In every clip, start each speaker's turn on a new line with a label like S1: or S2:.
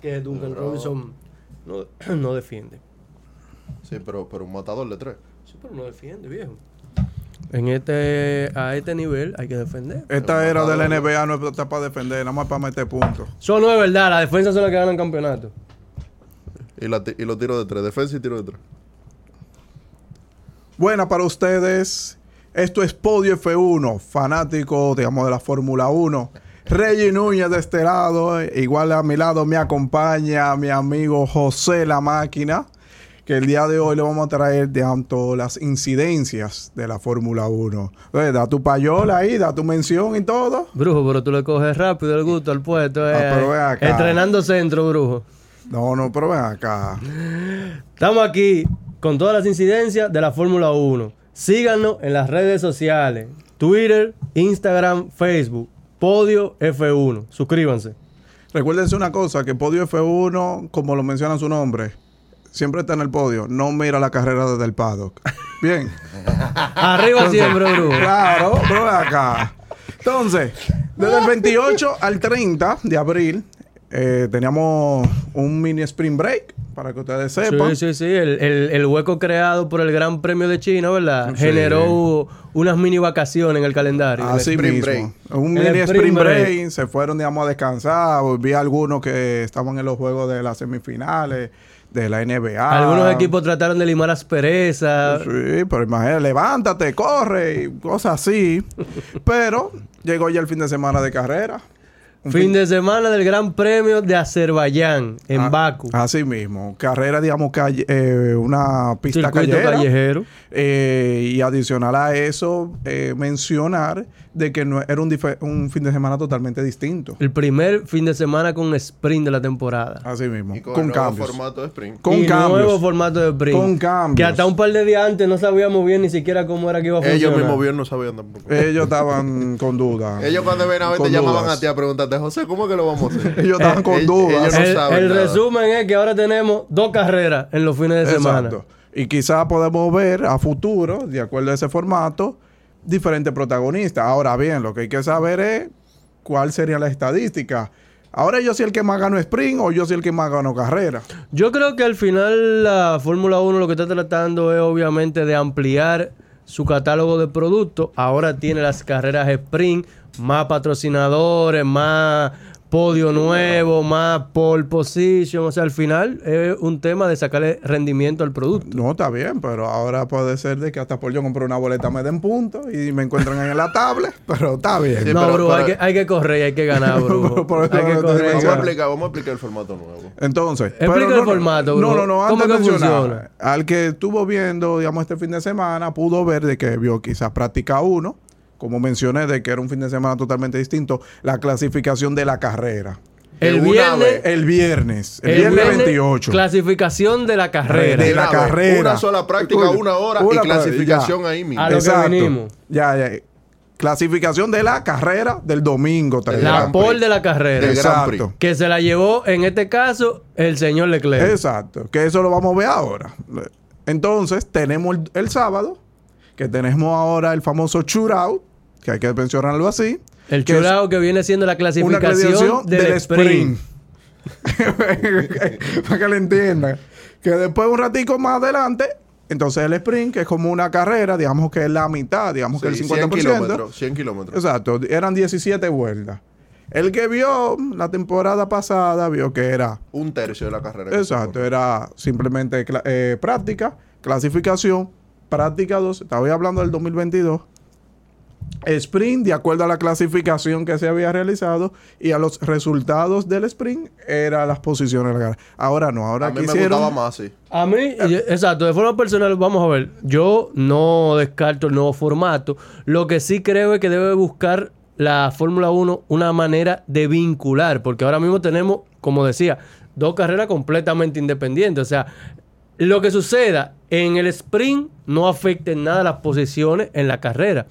S1: que Duncan
S2: No.
S1: Robinson no, no defiende.
S2: Sí, pero, pero un matador de tres.
S1: Sí, pero no defiende, viejo. En este, a este nivel hay que defender.
S3: Esta era de la NBA no está para defender, nada más para meter puntos.
S1: Eso no es verdad, las defensas son las que ganan campeonato.
S2: Y, la ti- y los tiros de tres. Defensa y tiro de tres.
S3: Buena para ustedes. Esto es Podio F1, fanático, digamos, de la Fórmula 1. Reggie Núñez de este lado, eh, igual a mi lado me acompaña mi amigo José La Máquina, que el día de hoy le vamos a traer de tanto las incidencias de la Fórmula 1. Eh, da tu payola ahí, da tu mención y todo.
S1: Brujo, pero tú le coges rápido el gusto al puesto. eh,
S3: Ah, pero ven acá.
S1: Entrenando centro, brujo.
S3: No, no, pero ven acá.
S1: Estamos aquí con todas las incidencias de la Fórmula 1. Síganos en las redes sociales: Twitter, Instagram, Facebook. Podio F1. Suscríbanse.
S3: Recuérdense una cosa, que Podio F1, como lo menciona su nombre, siempre está en el podio. No mira la carrera desde el paddock. Bien.
S1: Arriba siempre, brujo.
S3: Claro, pero ven acá. Entonces, desde el 28 al 30 de abril eh, teníamos un mini spring break, para que ustedes sepan.
S1: Sí, sí, sí. El, el- el hueco creado por el Gran Premio de China, ¿verdad?
S3: Sí.
S1: Generó unas mini vacaciones en el calendario.
S3: Así
S2: spring
S3: mismo.
S2: break.
S3: Un
S1: El
S3: mini
S1: spring
S3: spring break.
S1: break.
S3: Se fueron, digamos, a descansar. Vi algunos que estaban en los juegos de las semifinales, de la NBA.
S1: Algunos equipos trataron de limar asperezas.
S3: ah. Sí, pero imagínate, levántate, corre, y cosas así. pero llegó ya el fin de semana de carrera.
S1: Fin, de semana del Gran Premio de Azerbaiyán en
S3: Ah,
S1: Baku.
S3: Así mismo. Carrera, digamos, calle- eh, una pista
S1: Circuito
S3: callejera.
S1: callejero.
S3: Eh, y adicional a eso, eh, mencionar de que no, era un, dife- un fin de semana totalmente distinto.
S1: El primer fin de semana con sprint de la temporada.
S3: Así mismo.
S2: Y
S3: Con,
S2: con, el nuevo
S3: cambios.
S2: formato de sprint.
S3: Con
S1: y
S3: cambios.
S1: nuevo formato de sprint.
S3: Con cambios.
S1: Que hasta un par de días antes no sabíamos bien ni siquiera cómo era que iba a funcionar.
S2: Ellos mismos bien no sabían tampoco.
S3: Ellos estaban con dudas.
S2: Ellos cuando ven a ver te
S3: Eh, Con
S2: llamaban
S3: dudas.
S2: a ti a preguntarte, José, ¿cómo que lo vamos a hacer?
S3: Ellos estaban con
S2: eh,
S3: dudas.
S2: ellos no
S1: el,
S2: saben
S1: el
S2: nada.
S1: resumen es que ahora tenemos dos carreras en los fines de semana.
S3: Exacto. Y quizás podemos ver a futuro, de acuerdo a ese formato, diferentes protagonistas. Ahora bien, lo que hay que saber es cuál sería la estadística. Ahora yo soy el que más gano sprint o yo soy el que más gano carrera.
S1: Yo creo que al final la Fórmula 1 lo que está tratando es obviamente de ampliar su catálogo de productos. Ahora tiene las carreras sprint, más patrocinadores, más podio nuevo, más pole position. O sea, al final es un tema de sacarle rendimiento al producto.
S3: No, está bien, pero ahora puede ser de que hasta por yo comprar una boleta me den puntos y me encuentran en la tablet, pero está bien.
S2: Sí,
S1: no,
S2: pero-
S1: bro,
S2: pero-
S1: hay, que, hay que correr y hay que ganar, bro.
S3: Por eso
S1: hay que
S3: no te
S1: correr. y hay que
S2: Vamos a,
S3: digo Exacto.
S1: ganar.
S2: explicar, vamos a explicar el formato nuevo.
S3: Entonces,
S1: Explica
S3: pero
S1: el formato,
S3: No,
S1: bro.
S3: no, no,
S1: ¿Cómo
S3: antes de
S1: que
S3: mencionar,
S1: funciona?
S3: al que estuvo viendo, digamos, este fin de semana, pudo ver de que vio quizás práctica uno, como mencioné, de que era un fin de semana totalmente distinto, la clasificación de la carrera.
S2: De
S1: El
S2: una
S1: viernes,
S2: vez.
S3: El viernes, el,
S1: el
S3: viernes,
S1: viernes,
S3: 28.
S1: clasificación de la carrera.
S3: De
S2: De
S3: la carrera.
S2: Una sola práctica,
S3: Oye,
S2: una hora
S3: una
S2: y
S3: pra-
S2: clasificación
S3: ya.
S2: ahí mismo.
S1: A lo que venimos.
S3: Ya, ya. Clasificación de la carrera del domingo. también.
S2: Del
S1: La
S2: Gran
S1: pole
S2: Prix.
S1: de la carrera.
S2: Del Gran Prix.
S3: Exacto.
S1: Que se la llevó, en este caso, el señor Leclerc.
S3: Exacto, que eso lo vamos a ver ahora. Entonces, tenemos el, el sábado, que tenemos ahora el famoso shootout, que hay que mencionarlo así.
S1: el
S3: que es
S1: churado que viene siendo la
S3: Una
S1: clasificación
S3: clasificación
S1: del, sprint.
S3: Para que lo entiendan. Que después, un ratico más adelante, entonces el sprint, que es como una carrera, digamos que es la mitad, digamos
S2: Sí,
S3: que el
S2: 100
S3: 50%.
S2: kilómetros. 100 kilómetros.
S3: Exacto, eran 17 vueltas. El que vio la temporada pasada vio que era
S2: Un tercio de la carrera. que se
S3: Exacto,
S2: corre.
S3: era simplemente cla- eh, práctica, clasificación, práctica 2, estaba hablando del 2022, sprint de acuerdo a la clasificación que se había realizado y a los resultados del sprint eran las posiciones. de la carrera. Ahora no, ahora
S2: A mí me
S3: quisieron-
S2: gustaba más así.
S1: A
S3: Eh,
S1: mí, yo- exacto, de forma personal, vamos a ver. Yo no descarto el nuevo formato. Lo que sí creo es que debe buscar la Fórmula 1 una manera de vincular, porque ahora mismo tenemos, como decía, dos carreras completamente independientes. O sea, lo que suceda en el sprint no afecta en nada las posiciones en la carrera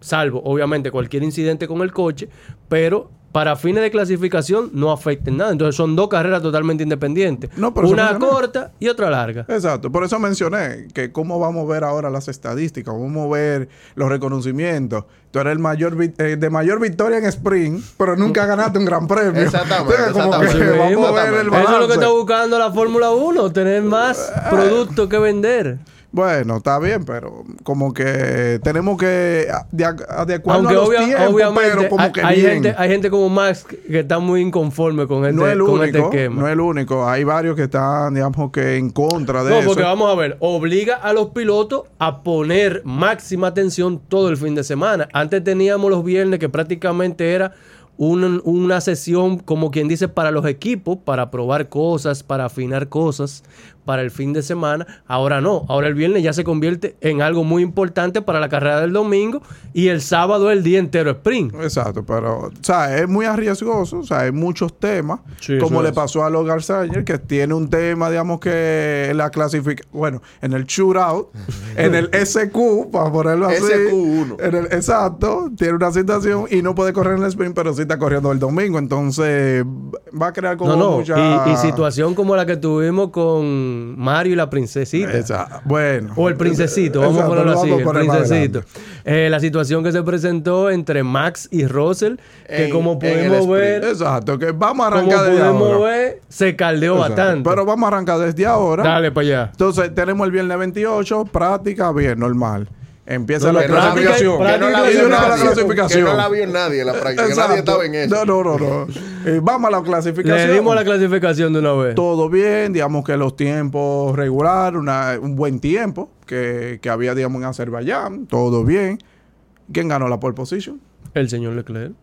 S1: salvo obviamente cualquier incidente con el coche, pero para fines de clasificación no afecten nada. Entonces son dos carreras totalmente independientes.
S3: No, pero eso
S1: una
S3: mencioné.
S1: corta y otra larga.
S3: Exacto, por eso mencioné que cómo vamos a ver ahora las estadísticas, cómo vamos a ver los reconocimientos. Tú eres el mayor vi- eh, de mayor victoria en sprint, pero nunca ganaste un gran premio.
S2: Exactamente,
S3: Entonces, como que
S2: exactamente.
S3: vamos a ver
S2: Exactamente.
S3: el
S1: Eso es lo que
S3: balance. Eh,
S1: está buscando la Fórmula 1, tener más producto que vender.
S3: Bueno, está bien, pero como que tenemos que a- de ac- adecuarnos
S1: Aunque
S3: a los
S1: obvia-
S3: tiempos,
S1: obviamente
S3: pero como
S1: hay,
S3: que
S1: hay
S3: bien.
S1: gente, hay gente como Max que que está muy inconforme con este,
S3: no es el
S1: con este
S3: único,
S1: esquema.
S3: no es el único. Hay varios que están, digamos, que en contra de
S1: No,
S3: eso.
S1: porque vamos a ver, obliga a los pilotos a poner máxima atención todo el fin de semana. Antes teníamos los viernes que prácticamente era un- una sesión, como quien dice, para los equipos, para probar cosas, para afinar cosas para el fin de semana. Ahora no, ahora el viernes ya se convierte en algo muy importante para la carrera del domingo y el sábado el día entero sprint.
S3: Exacto, pero o sea, es muy arriesgoso, o sea, hay muchos temas,
S1: Sí, eso
S3: como le
S1: es.
S3: pasó a los Garzanger, que tiene un tema, digamos que la clasificación, bueno, en el shootout, en el SQ, para ponerlo así.
S2: SQ1.
S3: En el, exacto, tiene una situación y no puede correr en el sprint, pero sí está corriendo el domingo, entonces va a crear como
S1: No, no,
S3: mucha...
S1: y, y situación como la que tuvimos con Mario y la princesita.
S3: Exacto, bueno.
S1: O el princesito, vamos
S3: Exacto,
S1: a ponerlo
S3: lo
S1: así,
S3: vamos a
S1: el
S3: poner más
S1: princesito.
S3: adelante.
S1: Eh, la situación que se presentó entre Max y Russell, que
S2: En-
S1: como
S2: en
S1: pudimos
S2: el
S1: ver,
S3: Exacto, que vamos a
S1: como
S3: arrancar desde
S1: pudimos
S3: ahora.
S1: ver, se caldeó
S3: Exacto,
S1: bastante.
S3: Pero vamos a arrancar desde ahora.
S1: Dale para allá.
S3: Entonces, tenemos el viernes 28, práctica bien, normal. Empieza
S1: No,
S3: la
S1: que no la vi-
S3: clasificación.
S1: que no la vi-
S3: Y viene la
S1: nadie.
S3: clasificación.
S2: Que no la vio nadie, la práctica. que
S3: Exacto.
S2: Nadie estaba en eso.
S3: No, no, no. no. Eh, vamos a la clasificación.
S1: Le dimos la clasificación de una vez.
S3: Todo bien, digamos que los tiempos regular, una- un buen tiempo que, que había, digamos, en Azerbaiyán. Todo bien. ¿Quién ganó la pole position?
S1: El señor Leclerc.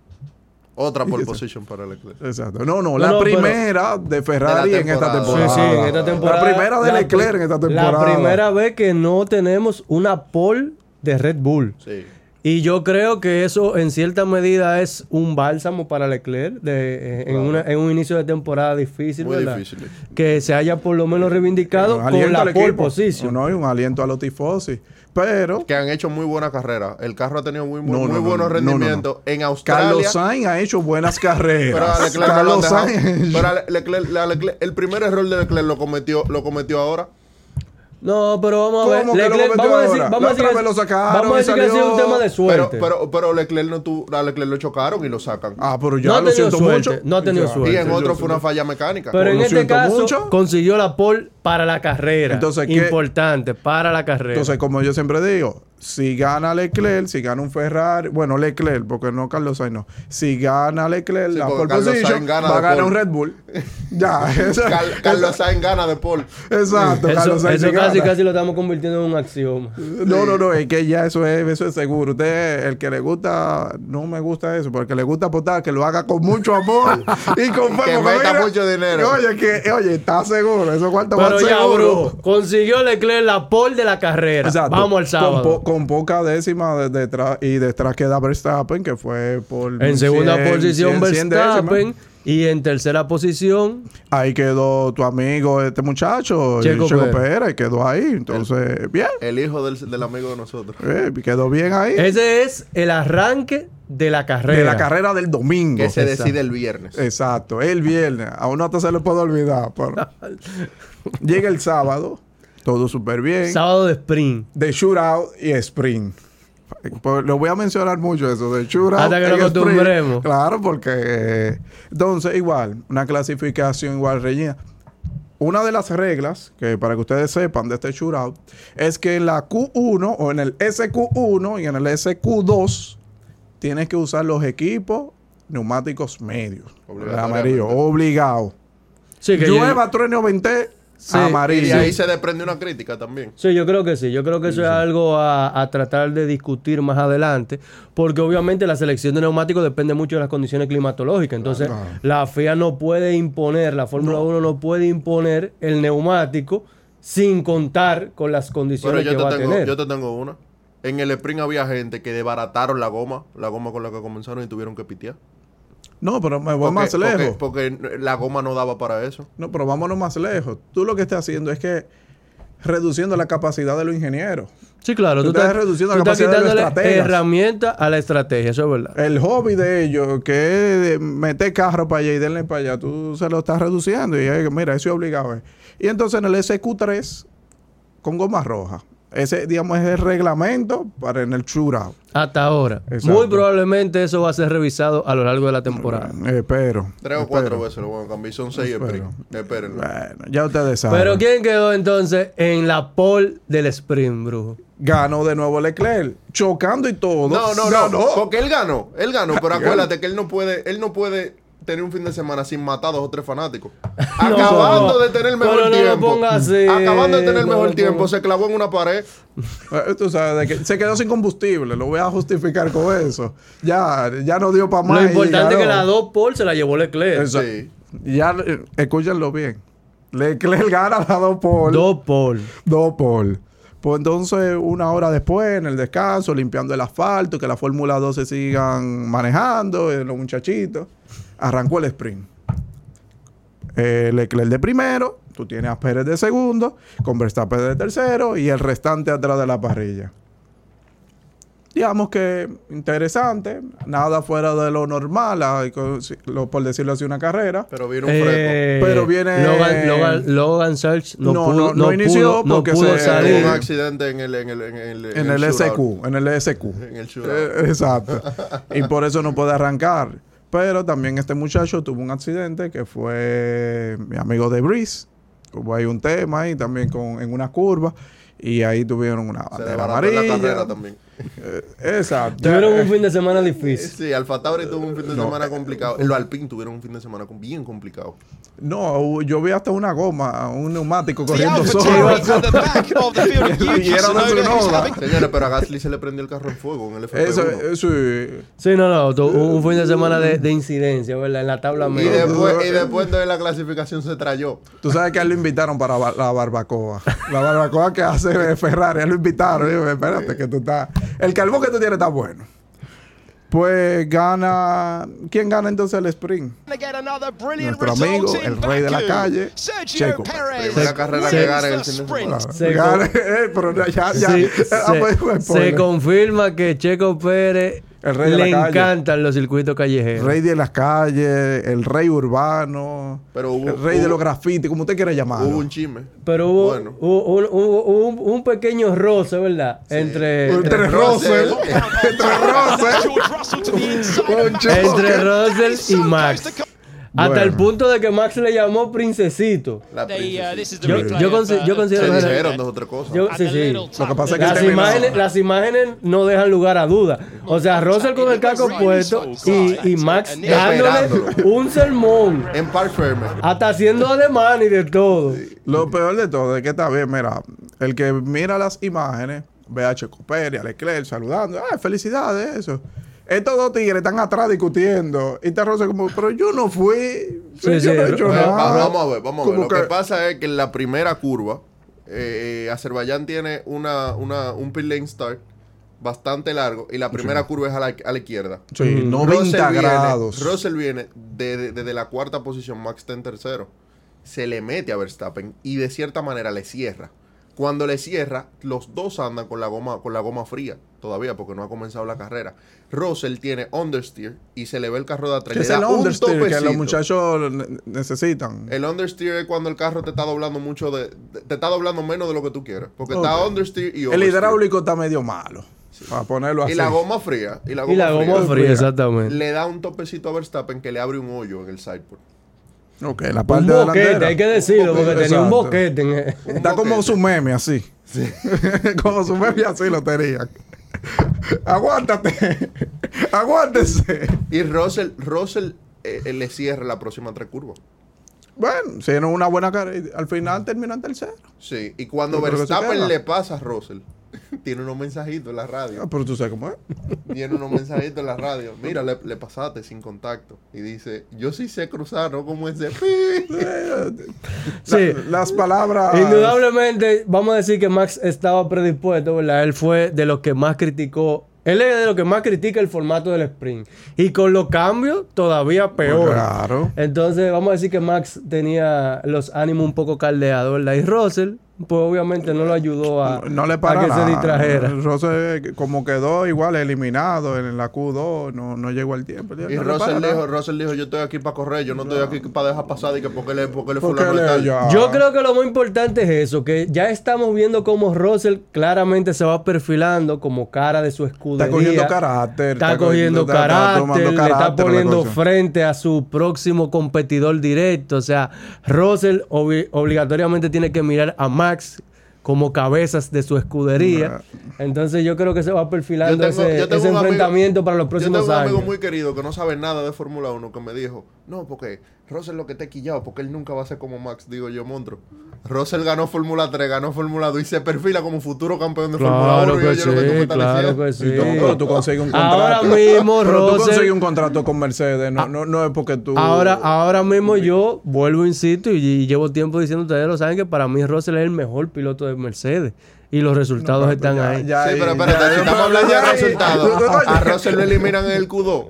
S2: Otra pole position para Leclerc.
S3: Exacto. No, no, la
S1: no, pero-
S3: primera de Ferrari
S2: De la
S3: en esta
S2: temporada.
S3: temporada.
S2: Sí, sí, en esta
S3: La primera de
S1: la-
S3: Leclerc en esta temporada.
S1: La primera vez que no tenemos una pole de Red Bull.
S2: Sí.
S1: Y yo creo que eso en cierta medida es un bálsamo para Leclerc de, eh, en, una- en un inicio de temporada difícil,
S2: Muy
S1: ¿verdad?
S2: difícil.
S1: Que se haya por lo
S3: Eh,
S1: menos reivindicado
S3: Un
S1: con la
S3: al
S1: pole
S3: equipo.
S1: position.
S3: No, y un aliento a los tifosi. Pero
S2: Que han hecho muy buena carrera. El carro ha tenido muy, bu-
S3: No, no,
S2: muy
S3: no,
S2: buenos
S3: no, no, no, no.
S2: rendimientos en Australia.
S3: Carlos Sainz ha hecho buenas
S2: Pero a
S3: carreras.
S2: Leclerc no lo han
S3: Carlos
S2: dejado.
S3: Sainz.
S2: Pero a Le- Leclerc- a Leclerc- el primer error de Leclerc lo cometió, lo cometió ahora.
S1: No, pero vamos a
S3: ¿Cómo
S1: ver.
S3: que lo
S1: Leclerc,
S3: cometió
S1: vamos a decir,
S3: ahora?
S1: vamos
S3: La
S1: a decir,
S3: otra
S1: que-
S3: vez lo sacaron
S1: vamos a
S3: y
S1: decir que ha sido un
S3: salió.
S1: tema de
S2: Pero,
S1: suerte.
S2: pero, pero Leclerc no tuvo, a Leclerc lo chocaron y lo sacan.
S3: Ah, pero ya
S1: No ha
S3: lo
S1: tenido
S3: siento
S1: suerte,
S3: mucho.
S1: no ha tenido
S3: Ya.
S1: suerte.
S2: y en
S3: Yo-
S2: otro fue una falla mecánica.
S1: Pero en
S3: lo
S1: este
S3: siento
S1: caso
S3: mucho.
S1: consiguió la pole para la carrera.
S3: Entonces, ¿qué?
S1: Importante, para la carrera.
S3: Entonces, como yo siempre digo, si gana Leclerc, si gana un Ferrari, bueno, Leclerc, porque no Carlos Sainz, no. Si gana Leclerc, la
S2: porque
S3: pole
S2: Carlos
S3: position,
S2: Sainz gana
S3: va a
S2: la
S3: ganar
S2: pole.
S3: un Red Bull. ya, esa-
S2: Cal- Carlos Sainz gana de Paul.
S3: exacto,
S1: eso
S3: Carlos Sainz
S1: eso
S3: gana.
S1: casi, casi lo estamos convirtiendo en un axioma.
S3: No, no, no, es que ya eso es, eso es seguro. Usted, el que le gusta, no me gusta eso, pero el que le gusta apostar, que lo haga con mucho amor y con fe,
S2: Que
S3: porque
S2: meta mucho dinero.
S3: Oye, que, oye, está seguro, eso cuarto va
S1: Pero ya,
S3: seguro.
S1: bro, consiguió Leclerc la pole de la carrera.
S3: Exacto.
S1: Vamos al sábado.
S3: Con, po- con poca décima de- detrás y detrás queda Verstappen, que fue por.
S1: En segunda
S3: 100,
S1: posición
S3: 100, 100
S1: Verstappen
S3: décimas.
S1: y en tercera posición
S3: Ahí quedó tu amigo, este muchacho,
S1: Checo
S3: Checo,
S1: Pérez.
S3: Pérez. quedó ahí. Entonces, bien.
S2: El hijo del, del amigo de nosotros.
S3: eh, quedó bien ahí.
S1: ese es el arranque de la carrera.
S3: de la carrera del domingo.
S2: Que se
S1: Exacto.
S2: decide el viernes.
S3: Eh, Exacto, el viernes. A uno hasta se le puede olvidar. Pero... Llega el sábado, todo súper bien.
S1: Sábado de sprint.
S3: de shootout y sprint. Pues, lo voy a mencionar mucho eso, de shootout.
S1: Hasta que
S3: y
S1: nos
S3: sprint.
S1: acostumbremos.
S3: Claro, porque. eh, entonces, igual, una clasificación igual reñida. Una de las reglas, que para que ustedes sepan de este shootout, es que en la Q1 o en el SQ1 y en el SQ2 tienes que usar los equipos neumáticos medios. El amarillo, obligado.
S1: Sí, que yo,
S3: Llueva, trueno, vente,
S1: Sí,
S2: Y
S3: amarillo.
S2: ahí se desprende una crítica también.
S1: sí, yo creo que sí. Yo creo que eso es algo a, a tratar de discutir más adelante. Porque obviamente la selección de neumáticos depende mucho de las condiciones climatológicas. Entonces, la FIA no puede imponer, la Fórmula 1 no puede imponer el neumático sin contar con las
S2: Pero
S1: condiciones que
S2: yo
S1: va
S2: te,
S1: a
S2: tengo,
S1: tener.
S2: yo te tengo una. En el sprint había gente que desbarataron la goma, la goma con la que comenzaron y tuvieron que pitear.
S3: No, pero me
S2: Porque-
S3: voy más lejos.
S2: Porque, porque la goma no daba para eso.
S3: No, pero vámonos más lejos. Tú lo que estás haciendo es que reduciendo la capacidad de los ingenieros.
S1: Sí, claro.
S3: Tú estás reduciendo la
S1: tú estás
S3: capacidad de los
S1: quitándole
S3: estrategas.
S1: herramienta a la estrategia, eso es verdad.
S3: El hobby de ellos, que es meter carro para allá y denle para allá, tú se lo estás reduciendo. Y eh, mira, eso es obligado. eh. Y entonces en el SQ3, con goma roja. Ese, digamos, es el reglamento para en el shootout.
S1: Hasta ahora.
S3: Exacto.
S1: Muy probablemente eso va a ser revisado a lo largo de la temporada.
S3: Eh, pero.
S2: Tres o cuatro veces lo van a cambiar. Son seis el
S3: Espero.
S2: primo. Espérenlo.
S3: Bueno, ya ustedes saben.
S1: Pero ¿quién quedó entonces en la pole del sprint, brujo?
S3: Ganó de nuevo Leclerc, chocando y todo.
S2: No, no, no,
S3: Ganó.
S2: Porque él ganó. Él ganó. Pero acuérdate que él no puede, él no puede tener un fin de semana sin matar a dos o tres fanáticos.
S1: no.
S2: Acabando de tener el
S1: Pero
S2: mejor
S1: no lo
S2: tiempo.
S1: ponga así.
S2: Acabando de tener el
S1: No
S2: mejor
S1: lo
S2: tiempo.
S1: ponga.
S2: Se clavó en una pared.
S3: Eh, Tú sabes, de que se quedó sin combustible. Lo voy a justificar con eso. Ya, ya no dio para más.
S1: Lo
S3: y
S1: importante es que
S3: ganó.
S1: la dos pole se la llevó Leclerc.
S3: Eso.
S2: Sí.
S3: Ya, eh, escúchenlo bien. Leclerc gana la dos por.
S1: Dos pole.
S3: Dos por. Pues entonces, una hora después, en el descanso, limpiando el asfalto, que la Fórmula 2 se sigan manejando, eh, los muchachitos, arrancó el sprint. Eh, Leclerc de primero, tú tienes a Pérez de segundo, con Verstappen de tercero y el restante atrás de la parrilla. Digamos que interesante, nada fuera de lo normal, hay co- si- lo- por decirlo así, una carrera.
S2: Pero vino un fresco.
S1: Eh,
S3: Pero viene-
S1: Logan, Logan, Logan Sarge no,
S3: No,
S1: pudo,
S3: no, no
S1: pudo-
S3: inició
S1: no
S3: porque
S1: pudo
S3: se-
S1: salir.
S2: Tuvo un accidente en el, en el, en el,
S3: En el
S2: shootout.
S3: SQ, en el SQ.
S2: En el shootout.
S3: Eh, Exacto. Y por eso no puede arrancar. Pero también este muchacho tuvo un accidente que fue eh, mi amigo de Breeze. Hubo ahí un tema ahí también con, en una curva. Y ahí tuvieron una
S2: se
S3: bandera
S2: desbarató en la carrera
S3: amarilla.
S2: también.
S3: Exacto.
S1: Tuvieron un
S3: Eh,
S1: fin de semana difícil.
S2: Sí, Alfa Tauri tuvo un fin de semana complicado. Los Alpine tuvieron un fin de semana con- bien complicado.
S3: No, hubo- yo vi hasta una goma, un neumático
S4: The
S2: ah,
S3: corriendo
S4: Alpha
S3: solo.
S4: Tauri at the back of the field of
S3: Y
S4: Yuki
S3: era de
S4: Tsunoda who's
S3: Tsunoda.
S4: having
S2: Señores, pero a Gasly se le prendió el carro en fuego en el FP1.
S3: Eso, eso, eh,
S1: Sí, no, no. tu- un fin de semana de, de incidencia, ¿verdad? En la tabla
S2: y,
S1: media.
S2: después, y después de la clasificación se trayó.
S3: Tú sabes que a él lo invitaron para ba- la barbacoa. La barbacoa que hace eh, Ferrari, a él lo invitaron. Digo, espérate, que tú estás. El carbón que tú tienes está bueno. Pues gana. ¿Quién gana entonces el sprint?
S4: to get another brilliant
S3: Nuestro
S4: result
S3: amigo,
S4: in
S3: el rey de la
S4: Baku.
S3: calle,
S4: Sergio
S3: Checo Pérez.
S4: Perez
S2: Primera carrera que
S4: wins
S2: gana el
S4: the
S2: fin de
S4: sprint.
S2: semana.
S1: Se
S3: Gana,
S1: con-
S3: eh, pero ya, ya. ya,
S1: Sí,
S3: eh, ah, pues, fue
S1: se, se
S3: spoiler.
S1: confirma que Checo Pérez
S3: El rey de
S1: le
S3: la calle.
S1: encantan los circuitos callejeros.
S3: Rey de las calles, el rey urbano,
S2: Pero hubo-
S3: el rey de
S2: hubo-
S3: los grafitis, como usted quiera llamarlo.
S2: Hubo un chisme.
S1: Pero hubo,
S2: Bueno.
S1: hubo un, hubo- hubo un- un pequeño roce, ¿verdad? Entre,
S3: Entre
S1: entre,
S3: Russell, entre ¿eh? Russell,
S4: George Russell to the inside.
S3: un choque.
S1: Russell y Max. Hasta el
S3: Bueno.
S1: punto de que Max le llamó princesito.
S2: La
S4: They, uh, this is
S2: princesa.
S4: the
S1: Yo-
S4: replay
S1: yo
S4: of,
S1: consi-
S4: uh,
S1: yo
S4: the
S1: considero
S2: Se
S4: Thursday.
S2: dijeron dos o tres cosas.
S1: Yo-
S4: And
S1: sí,
S4: the
S1: sí.
S4: little
S3: Lo que pasa es que
S1: Las
S3: terminó.
S1: imágenes, las imágenes no dejan lugar a dudas. O sea, Russell con el casco puesto y, y Max dándole
S2: Esperándolo.
S1: un sermón.
S2: En Park Ferme.
S1: Hasta haciendo alemán y de todo.
S3: Lo peor de todo es que esta vez, mira, el que mira las imágenes, ve a Checo Pérez, a Leclerc saludando, ¡ay, felicidades! Eso. Estos dos tigres están atrás discutiendo. Y está Rosa como, pero yo no fui.
S1: Sí,
S3: yo
S1: sí.
S3: no he hecho
S1: Pero,
S2: Bueno,
S3: nada.
S2: vamos a ver, vamos a ver. Lo
S3: Como
S2: que pasa es que en la primera curva, eh, eh, Azerbaiyán tiene una, una, un pit lane start bastante largo y la primera curva es a la, a la izquierda.
S3: Sí,
S1: Mm.
S3: 90
S2: viene-
S3: grados.
S2: Russell viene de- de- desde la cuarta posición, Max está en tercero. Se le mete a Verstappen y de cierta manera le cierra. Cuando le cierra, los dos andan con la goma, con la goma fría todavía porque no ha comenzado la carrera. Russell tiene understeer y se le ve el carro de atrás.
S3: Que
S2: le
S3: es
S2: da
S3: el
S2: un
S3: understeer que los
S2: topecito.
S3: muchachos ne- necesitan.
S2: El understeer es cuando el carro te está doblando mucho de, de- te está doblando menos de lo que tú quieres, porque está
S3: Ok.
S2: understeer y
S3: El,
S2: oversteer.
S3: hidráulico está medio malo. Para ponerlo así.
S2: y la goma fría y la goma,
S1: Y la goma
S2: fría,
S1: fría, exactamente.
S2: le da un topecito a Verstappen que le abre un hoyo en el sideboard.
S3: Ok, la
S1: Un
S3: parte
S1: boquete,
S3: delantera.
S1: hay que decirlo, porque tenía un
S3: Exacto.
S1: boquete. ¿eh? en-
S3: Está como
S2: boquete.
S3: su meme así. como su meme así lo tenían. Aguántate. Aguántese.
S2: Y Russell, Russell eh, eh, le cierra la próxima tres curvas.
S3: Bueno, hicieron una buena carrera. Al final terminó en tercero.
S2: Sí, y cuando
S3: Pero que se queda.
S2: Verstappen le pasa a Russell, tiene unos mensajitos en la
S3: Ah,
S2: radio.
S3: pero tú sabes cómo es.
S2: Tiene unos mensajitos en la radio. Mira, le, le pasaste sin contacto. Y dice, yo sí sé cruzar, ¿no? Como ese...
S1: Sí.
S3: La- las palabras.
S1: Indudablemente, vamos a decir que Max estaba predispuesto, ¿verdad? Él fue de los que más criticó. Él es de los que más critica el formato del sprint. Y con los cambios, todavía peor.
S3: Pues Claro.
S1: Entonces, vamos a decir que Max tenía los ánimos un poco caldeados, ¿verdad? Y Russell, pues obviamente no lo ayudó a,
S3: No le
S1: a
S3: para
S1: que
S3: nada.
S1: se distrajera.
S3: Russell, como quedó igual eliminado en la Q2, no, no llegó al tiempo. No
S2: Y
S3: le para
S2: Russell
S3: nada.
S2: dijo, Russell dijo, yo estoy aquí para correr, yo no estoy aquí para dejar pasar y que porque le, porque le
S3: ¿Por qué
S2: fulano de
S3: le-
S2: tal".
S3: ya?
S1: Yo creo que lo más importante es eso, que ya estamos viendo cómo Russell claramente se va perfilando como cara de su escudería.
S3: Está cogiendo carácter.
S1: Está, cogiendo
S3: está- está tomando
S1: carácter, le está
S3: carácter la
S1: poniendo
S3: cosa.
S1: frente a su próximo competidor directo. O sea, Russell obli- obligatoriamente tiene que mirar a Max como cabezas de su escudería. Entonces yo creo que se va perfilando ese, ese
S2: un amigo-
S1: enfrentamiento para los
S2: yo
S1: próximos
S2: tengo un
S1: años.
S2: amigo muy querido que no sabe nada de Fórmula 1 que me dijo, no, porque Russell lo que te quillado, porque él nunca va a ser como Max, digo yo, monstruo. Russell ganó Fórmula 3, ganó Fórmula 2 y se perfila como futuro campeón de Fórmula 1.
S1: Claro
S2: y yo,
S1: que
S2: yo lo tú me
S1: sí,
S2: estás
S1: claro que
S2: diciendo.
S1: sí.
S3: No, pero tú consigues un contrato.
S1: Ahora mismo,
S3: Pero tú
S1: Russell-
S3: consigues un contrato con Mercedes. No, no, no es porque tú.
S1: Ahora, ahora mismo yo vuelvo, insisto, y, y llevo tiempo diciendo, ustedes lo saben, que para mí Russell es el mejor piloto de Mercedes. Y los resultados Pues están
S3: Ya-
S1: ahí.
S3: ya
S2: Sí,
S3: ahí-
S2: pero
S3: ya
S2: espérate,
S3: ahí-
S2: si estamos hablando
S3: ya
S2: de
S3: ahí-
S2: resultados.
S3: tú- tú-
S2: A Russell lo eliminan en el Q2.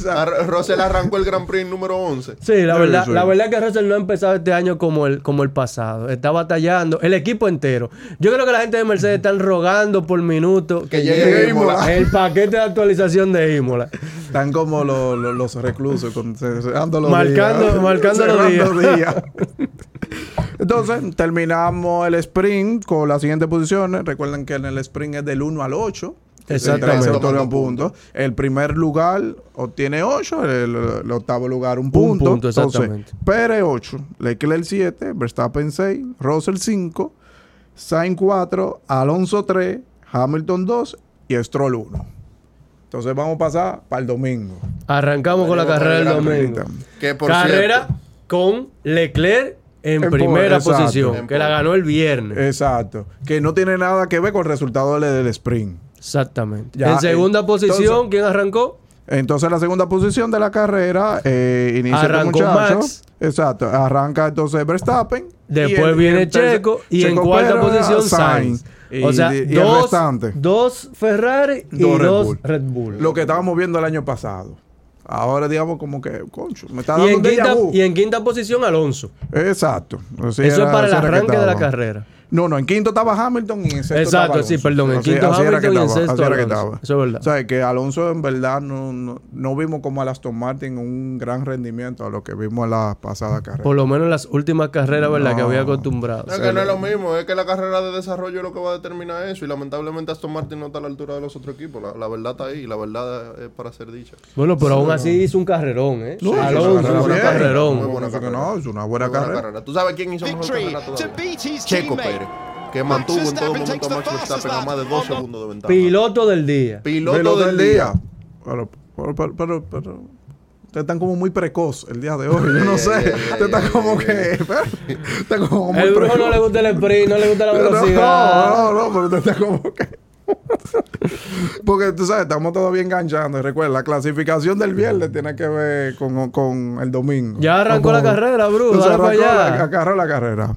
S3: sea-
S2: A Ru- Russell arrancó el Grand Prix número 11.
S1: Sí, la
S3: Sí,
S1: verdad,
S3: sí.
S1: la verdad que Russell no ha empezado este año como el, como el pasado. Está batallando, el equipo entero. Yo creo que la gente de Mercedes están rogando por minuto que,
S2: llegue
S1: llegue
S2: Imola.
S1: el paquete de actualización de Imola.
S3: Están como los, los, los reclusos, con- cer- cerrando los
S1: Marcando-
S3: días.
S1: marcando los
S3: Cerrando días. Entonces, terminamos el sprint con las siguientes posiciones. Recuerden que en el sprint es del 1 al 8.
S1: Exactamente.
S3: Se otorgan puntos. El primer lugar obtiene 8, el, el octavo lugar un punto.
S1: punto,
S3: Entonces,
S1: exactamente.
S3: Pérez 8, Leclerc 7, Verstappen 6, Russell 5, Sainz 4, Alonso 3, Hamilton 2 y Stroll 1. Entonces vamos a pasar para el domingo.
S1: Arrancamos con la
S2: Venimos
S1: carrera del
S2: con el gran
S1: domingo.
S2: Que por
S1: Carrera
S2: cierto,
S1: con Leclerc en,
S3: En
S1: primera
S3: pole, exacto.
S1: posición,
S2: En
S1: que la
S2: pole.
S1: ganó el viernes.
S3: Exacto. Que no tiene nada que ver con el resultado del, del sprint.
S1: Exactamente.
S3: Ya,
S1: en segunda
S3: eh,
S1: posición,
S3: entonces-
S1: ¿quién arrancó?
S3: Entonces la segunda posición de la carrera eh, inicia este
S1: Arrancó
S3: muchacho.
S1: Max.
S3: Exacto. Arranca entonces Verstappen.
S1: Después viene Checo y en cuarta posición Sainz. O sea, dos, dos Ferrari y
S3: Dos
S1: dos,
S3: Red Bull.
S1: Red Bull.
S3: Lo que estábamos viendo el año pasado. Ahora digamos como que, concho, me está dando
S1: y, en
S3: un déjà
S1: quinta,
S3: vu.
S1: y en quinta posición Alonso.
S3: Exacto. Así
S1: Eso
S3: era-
S1: es para el
S3: así era que
S1: arranque de la
S3: estaba.
S1: carrera.
S3: No, no, en quinto estaba Hamilton y en sexto
S1: Exacto,
S3: estaba Alonso.
S1: sí, perdón, en
S3: Así-
S1: quinto
S3: así era que
S1: Hamilton y en
S3: estaba,
S1: sexto
S3: así era que
S1: Alonso.
S3: estaba.
S1: Eso es verdad.
S3: O sea, que Alonso en verdad no, no, no vimos como a Aston Martin un gran rendimiento a lo que vimos en la pasada carrera.
S1: Por lo menos en las últimas carreras, ¿verdad? Que
S3: No.
S1: había acostumbrado.
S2: no, que no es lo mismo, es que la carrera de desarrollo es lo que va a determinar eso. Y lamentablemente Aston Martin no está a la altura de los otros equipos. La, la verdad está ahí y la verdad es para ser dicha.
S1: Bueno, pero aún así hizo un carrerón, ¿eh?
S3: No,
S1: Alonso,
S3: hizo
S1: hizo
S3: una
S1: un
S3: carrera
S1: carrerón.
S3: Muy buena carrera. No, es una buena
S2: Una buena
S3: carrera.
S2: carrera. ¿Tú sabes quién hizo mejor
S4: Victory
S2: carrera
S4: to
S2: todavía?
S4: beat his
S2: Checo
S4: teammate.
S2: Pérez, que mantuvo en todo
S4: Verstappen
S2: momento
S4: takes
S2: a
S4: the
S2: Max
S4: fastest
S2: Verstappen a
S4: lap
S2: más de dos
S4: on the-
S2: segundos de ventaja.
S1: Piloto del día.
S2: Piloto
S3: Piloto
S2: del día.
S3: Pero, pero, pero, pero, pero- ustedes están como muy precoz el día de hoy. Yo no sé.
S2: Ya, ya, ya,
S3: Ustedes están
S2: ya,
S3: como
S2: ya,
S3: que. Están como muy
S1: El brujo no
S3: precoz.
S1: le gusta el sprint, no le gusta la velocidad.
S3: No, no, no, pero tú estás como que. Porque tú sabes, estamos todavía enganchando. Y recuerda, la clasificación del viernes tiene que ver con, con el domingo.
S1: Ya arrancó la carrera, Bru,
S3: Entonces,
S1: dale para
S3: arrancó
S1: allá.
S3: La, agarró la carrera.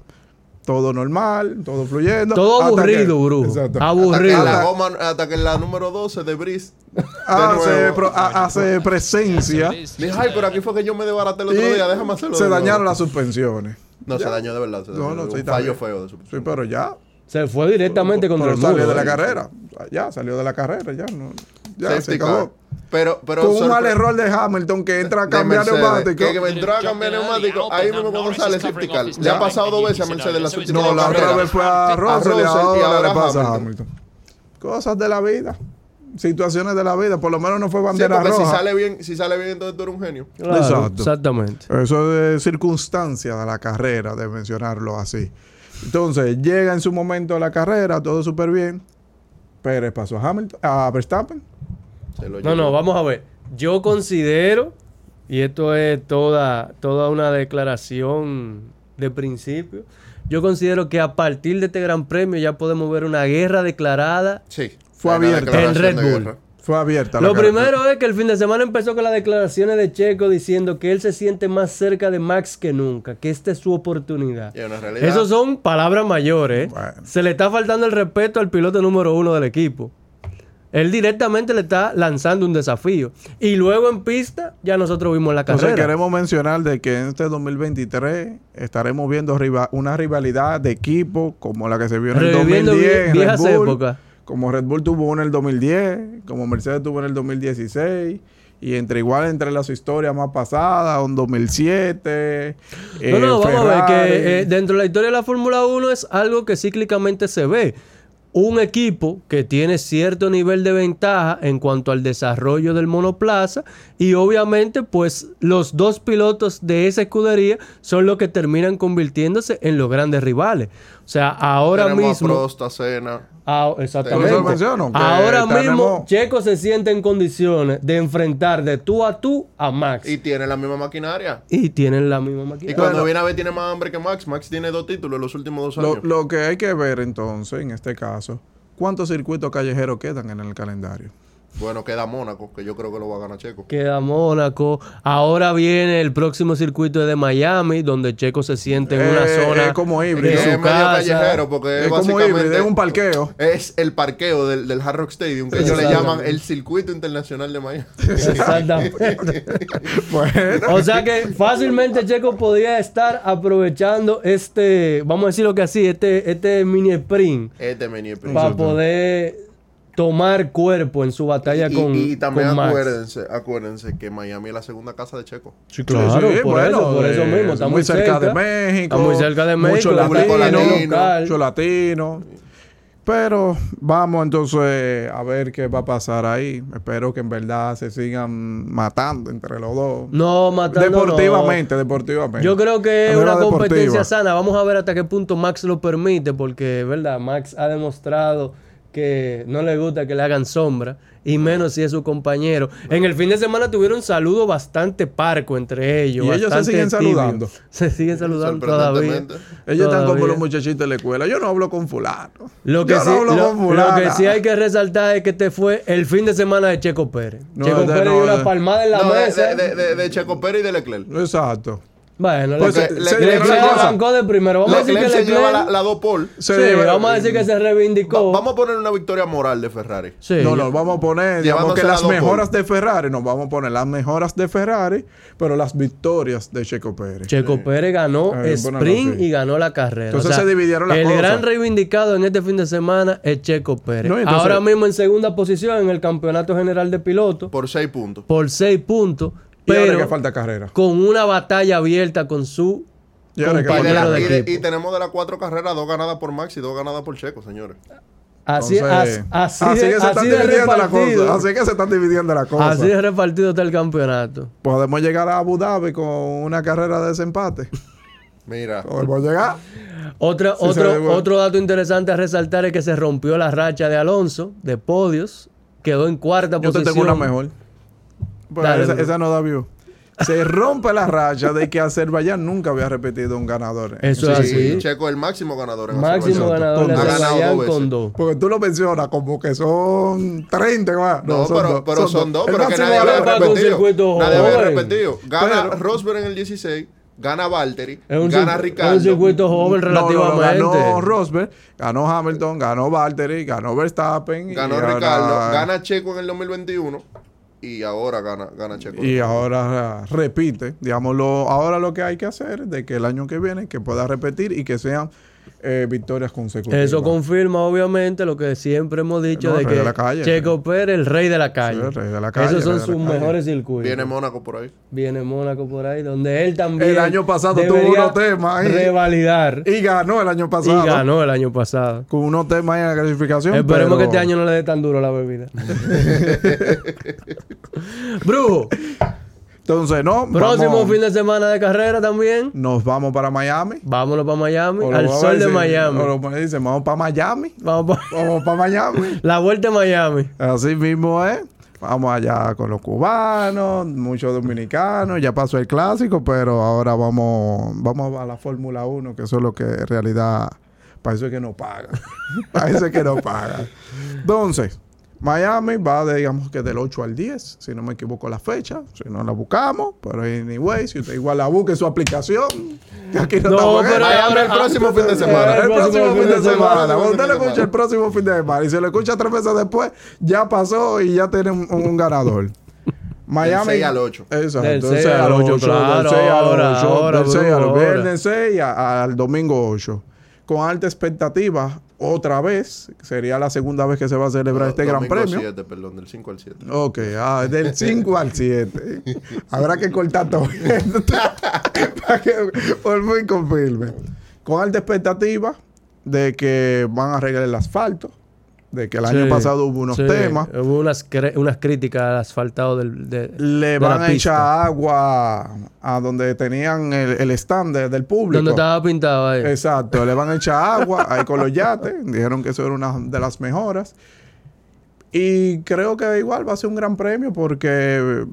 S3: Todo normal, todo fluyendo.
S1: Todo
S3: hasta que-
S1: aburrido, Bru.
S3: Exacto.
S2: Hasta que,
S1: Aburrido.
S2: la goma, hasta que la número 12 de Brice. de
S3: Hace,
S2: nuevo.
S3: pro- a- hace presencia.
S2: Dije, ay, pero aquí fue que yo me debaraté el
S3: Y
S2: otro día, déjame hacerlo.
S3: se
S2: de nuevo".
S3: dañaron las suspensiones.
S2: No, se dañó de verdad. se
S3: No,
S2: dañó.
S3: no, sí,
S2: Un
S3: está
S2: fallo
S3: bien.
S2: feo de su
S3: Sí, pero ya.
S1: Se fue directamente contra
S3: Pero
S1: el
S3: salió
S1: muro.
S3: de la
S1: ¿eh?
S3: carrera. Ya, salió de la carrera. Ya, no, ya se
S2: Safety car.
S3: acabó.
S2: Pero, pero
S3: Con un
S2: sorpre-
S3: mal error de Hamilton que entra a
S2: de
S3: cambiar
S2: Mercedes,
S3: neumático.
S2: Que, que entró a cambiar neumático. Ahí mismo cuando sale el safety car. Le ha pasado dos veces a Mercedes la última
S3: No, la otra
S2: carrera.
S3: vez fue a
S2: A
S3: Russell y
S2: Russell,
S3: ahora,
S2: y ahora
S3: le pasa a
S2: Hamilton.
S3: Hamilton. Cosas de la vida. Situaciones de la vida. Por lo menos no fue
S2: Sí,
S3: bandera
S2: porque si
S3: roja.
S2: sale bien, si sale bien, entonces tú eres un genio.
S1: Claro,
S3: Exacto.
S1: Exactamente.
S3: Eso es circunstancia de la carrera, de mencionarlo así. Entonces, llega en su momento la carrera, todo súper bien. Pérez pasó a Hamilton, a Verstappen.
S2: Se lo
S1: No,
S2: llevó.
S1: no, vamos a ver. Yo considero, y esto es toda, toda una declaración de principio, yo considero que a partir de este gran premio ya podemos ver una guerra declarada.
S2: Sí.
S3: Fue
S2: Hay una
S3: abierta.
S2: declaración
S1: En Red
S2: de
S1: Bull.
S2: guerra.
S3: Fue abierta. la
S1: Lo
S3: carrera.
S1: primero es que el fin de semana empezó con las declaraciones de Checo diciendo que él se siente más cerca de Max que nunca, que esta es su oportunidad.
S2: Y en realidad-
S1: Esas son palabras mayores. ¿eh?
S3: Bueno.
S1: Se le está faltando el respeto al piloto número uno del equipo. Él directamente le está lanzando un desafío. Y luego en pista, ya nosotros vimos la carrera.
S3: Entonces queremos mencionar de que en este 2023 estaremos viendo riva- una rivalidad de equipo como la que se vio en el
S1: Reviviendo
S3: 2010.
S1: vie-
S3: en
S1: viejas
S3: Red Bull,
S1: épocas.
S3: Como Red Bull tuvo una en el 2010, como Mercedes tuvo en el 2016. Y entre igual, entre las historias más pasadas, un 2007.
S1: No,
S3: eh,
S1: no, vamos a ver
S3: Ferrari.
S1: que eh, dentro de la historia de la Fórmula 1 es algo que cíclicamente se ve. Un equipo que tiene cierto nivel de ventaja en cuanto al desarrollo del monoplaza y obviamente pues los dos pilotos de esa escudería son los que terminan convirtiéndose en los grandes rivales. O sea, ahora
S2: Tenemos
S1: mismo...
S2: a Prost, a Senna.
S1: Ah,
S3: Por
S1: exactamente.
S3: eso menciono, que
S1: Ahora mismo
S3: tenemos-
S1: Checo se siente en condiciones de enfrentar de tú a tú a Max.
S2: Y
S1: Y,
S2: tiene la misma maquinaria.
S1: tienen la misma
S2: Y
S1: maquinaria.
S2: cuando viene a ver, tiene más hambre que Max. Max tiene dos títulos en los últimos dos
S3: Lo,
S2: años.
S3: lo que hay que ver entonces, en este caso, ¿cuántos circuitos callejeros quedan en el calendario?
S2: Bueno, queda Mónaco, que yo creo que lo va a ganar Checo.
S1: Queda Mónaco. Ahora viene el próximo circuito de Miami, donde Checo se siente en una
S3: Eh,
S1: zona.
S3: es como
S1: de
S3: híbrido.
S2: es
S1: su
S2: medio
S1: casa.
S2: callejero porque es,
S3: Es como
S2: básicamente-
S3: híbrido, es un parqueo.
S2: Es el parqueo del, del Hard Rock Stadium, que ellos le
S1: Exacto.
S2: llaman el Circuito Internacional de Miami.
S1: Exactamente.
S3: Bueno,
S1: O sea que fácilmente Checo podría estar aprovechando este, vamos a decirlo que así, este, este mini sprint
S2: este mini episodio.
S1: para poder tomar cuerpo en su batalla
S2: Y,
S1: con,
S2: y también
S1: con Max.
S2: acuérdense, acuérdense que Miami es la segunda casa de Checo.
S1: Sí, claro,
S3: Sí,
S1: por,
S3: bueno,
S1: eso, por eso
S3: eh,
S1: mismo. Está
S3: muy, cerca de México.
S1: Está muy cerca de México.
S3: Mucho latino,
S2: público latino,
S1: local.
S3: mucho latino. Pero vamos entonces a ver qué va a pasar ahí. Espero que en verdad se sigan matando entre los dos.
S1: No, matando. no.
S3: deportivamente, deportivamente.
S1: Yo creo que es
S3: Carrera
S1: una competencia
S3: deportiva.
S1: sana. Vamos a ver hasta qué punto Max lo permite, porque, ¿verdad? Max ha demostrado que no le gusta que le hagan sombra, y menos si es su compañero. En el fin de semana tuvieron un saludo bastante parco entre ellos.
S3: Y ellos se
S1: bastante
S3: siguen
S1: tibio.
S3: saludando.
S1: Se siguen saludando todavía.
S2: Sorprendentemente.
S3: Ellos están como
S1: Todavía.
S3: los muchachitos de la escuela. Yo no hablo con fulano.
S1: Lo que,
S3: Yo
S1: sí,
S3: no hablo
S1: lo-
S3: con fulana.
S1: lo que sí hay que resaltar es que este fue el fin de semana de Checo Pérez.
S3: No,
S1: Checo
S3: de-
S1: Pérez
S3: no,
S1: dio una
S3: de-
S1: palmada en la
S2: No, de-
S1: mesa.
S2: de, de- de- de Checo Pérez y de Leclerc.
S3: Exacto.
S1: Bueno,
S3: Pues,
S1: Leclerc,
S3: se-
S1: Leclerc
S3: se dieron la cosa.
S1: arrancó de primero. Vamos a
S2: Leclerc
S1: decir
S2: se
S1: que
S2: lleva
S1: Leclerc...
S2: la, la dos Paul.
S3: Se
S1: Sí,
S3: debe-
S1: vamos a decir que se
S2: Va-
S1: reivindicó.
S2: vamos a poner una victoria moral de Ferrari.
S1: Sí.
S3: No, no, vamos a poner, digamos
S2: Llevándose
S3: que
S2: la
S3: las
S2: dos
S3: mejoras de Ferrari, no, vamos a poner las mejoras de Ferrari, pero las victorias de Checo Pérez.
S1: Checo Pérez ganó
S3: Ah, bien, bueno,
S1: sprint
S3: sí.
S1: y ganó la carrera.
S3: Entonces se dividieron las
S1: El
S3: cosas.
S1: gran reivindicado en este fin de semana es Checo Pérez.
S3: No, entonces-
S1: Ahora mismo en segunda posición en el Campeonato General de Pilotos
S2: Por seis puntos.
S1: por seis puntos,
S3: y ahora que
S1: pero
S3: falta carrera.
S1: con una batalla abierta con su
S3: Y ahora que
S2: Y, de la-
S1: compañero de
S2: y de-
S1: equipo.
S2: y tenemos de las cuatro carreras, dos ganadas por Max y dos ganadas por Checo, señores.
S1: Así,
S3: Entonces,
S1: as- así, de-
S3: que se están
S1: así de
S3: dividiendo las
S1: repartido.
S3: cosas. Así que se están dividiendo las cosas.
S1: Así de repartido está el campeonato.
S3: Podemos llegar a Abu Dhabi con una carrera de desempate.
S2: Mira.
S3: Podemos llegar.
S1: Otra,
S3: Sí, se ve
S1: otro,
S3: bueno.
S1: otro dato interesante a resaltar es que se rompió la racha de Alonso de podios. Quedó en cuarta
S3: Yo te
S1: posición.
S3: tengo una mejor. Pero
S1: Dale,
S3: Pues esa,
S1: bro.
S3: esa no da view. Se rompe la racha de que Azerbaiyán nunca había repetido un ganador.
S1: Eso es
S2: Sí,
S1: así.
S2: Checo es el máximo ganador en
S1: Máximo
S2: Azerbaiyán.
S1: ganador de
S3: Ha
S2: ganado
S1: Azerbaiyán
S2: dos
S1: con
S2: veces.
S1: dos.
S3: Porque tú lo mencionas como que son 30, ¿verdad?
S2: No, pero, pero son, dos,
S3: El
S2: pero que
S3: máximo
S2: nadie había
S1: ganador para un circuito
S2: repetido. Nadie había
S1: joven.
S2: repetido. Gana
S3: Pero-
S2: Rosberg en el 16, gana Valtteri,
S1: Es un,
S2: gana
S1: cir-
S2: Ricardo.
S1: es un circuito joven
S3: No, no, no,
S1: relativamente.
S3: ganó Rosberg, ganó Hamilton, ganó Valtteri, ganó Verstappen. y
S2: Ganó
S3: ahora-
S2: Ricardo, gana Checo en el 2021 y ahora gana, gana Checo.
S3: Y ahora ah, repite, digámoslo, ahora lo que hay que hacer es de que el año que viene que pueda repetir y que sean eh, victorias consecutivas.
S1: Eso confirma, obviamente, lo que siempre hemos dicho
S3: No,
S1: de
S3: el rey
S1: que
S3: de la calle.
S1: Checo Pérez, el rey de la calle.
S3: Sí, el rey de la calle,
S1: Esos son
S3: el rey de
S1: sus
S3: la calle.
S1: mejores circuitos.
S2: Viene Mónaco por ahí.
S1: Viene Mónaco por ahí, donde él también.
S3: El año pasado tuvo
S1: debería
S3: unos temas ahí.
S1: Revalidar.
S3: Y ganó el año
S1: Y,
S3: pasado.
S1: ganó el año pasado.
S3: Con unos temas ahí en la clasificación.
S1: Esperemos
S3: pero-
S1: que este año no le dé tan duro la bebida. Brujo,
S3: Entonces, no.
S1: próximo
S3: vamos-
S1: fin de semana de carrera también.
S3: Nos vamos para Miami.
S1: Vámonos para Miami,
S3: O lo
S1: al
S3: vamos a
S1: sol de
S3: decir-
S1: Miami.
S3: O lo pone- dicen, vamos para Miami.
S1: Vamos pa-
S3: Vamos para Miami.
S1: La vuelta a Miami.
S3: Así mismo es. Vamos allá con los cubanos, muchos dominicanos. Ya pasó el clásico, pero ahora vamos, vamos a la Fórmula 1, que eso es lo que en realidad parece que no paga. parece que no paga. Entonces, Miami va, de, digamos que del 8 al 10, si no me equivoco la fecha, si no la buscamos, pero anyway, si usted igual la busca en su aplicación, aquí no,
S1: No,
S3: estamos en
S1: pero
S3: eso.
S2: Miami el próximo fin de semana.
S3: El próximo fin de semana. Cuando usted
S2: Fin
S3: lo
S2: de
S3: escucha el próximo fin de semana y se lo escucha tres veces después, ya pasó y ya tiene un, un ganador. Miami. Eh,
S2: Del 6 al 8.
S3: Exacto.
S1: Del
S3: Del 6
S1: 6
S3: al 8,
S1: claro,
S3: Del 6 al 8.
S1: ahora, ahora,
S3: del 6 al
S1: Bruno, ahora.
S3: viernes 6 a- al domingo 8. Con alta expectativa, otra vez. Sería la segunda vez que se va a celebrar este Gran
S2: Domingo
S3: Premio.
S2: 7, perdón, del 5 al 7.
S3: Ok, ah, del 5 al 7. Habrá que cortar todo esto para que por muy confirme. Con alta expectativa de que van a arreglar el asfalto, de que el año
S1: Sí,
S3: pasado hubo unos
S1: sí. eh,
S3: temas.
S1: Hubo unas, cre- unas críticas al asfaltado del. de-
S3: Le
S1: de
S3: van
S1: la
S3: a
S1: pista.
S3: echar agua a donde tenían el, el stand de- del público.
S1: Donde estaba pintado ahí.
S3: Exacto, le van a echar agua ahí con los yates. Dijeron que eso era una de las mejoras. Y creo que igual va a ser un gran premio porque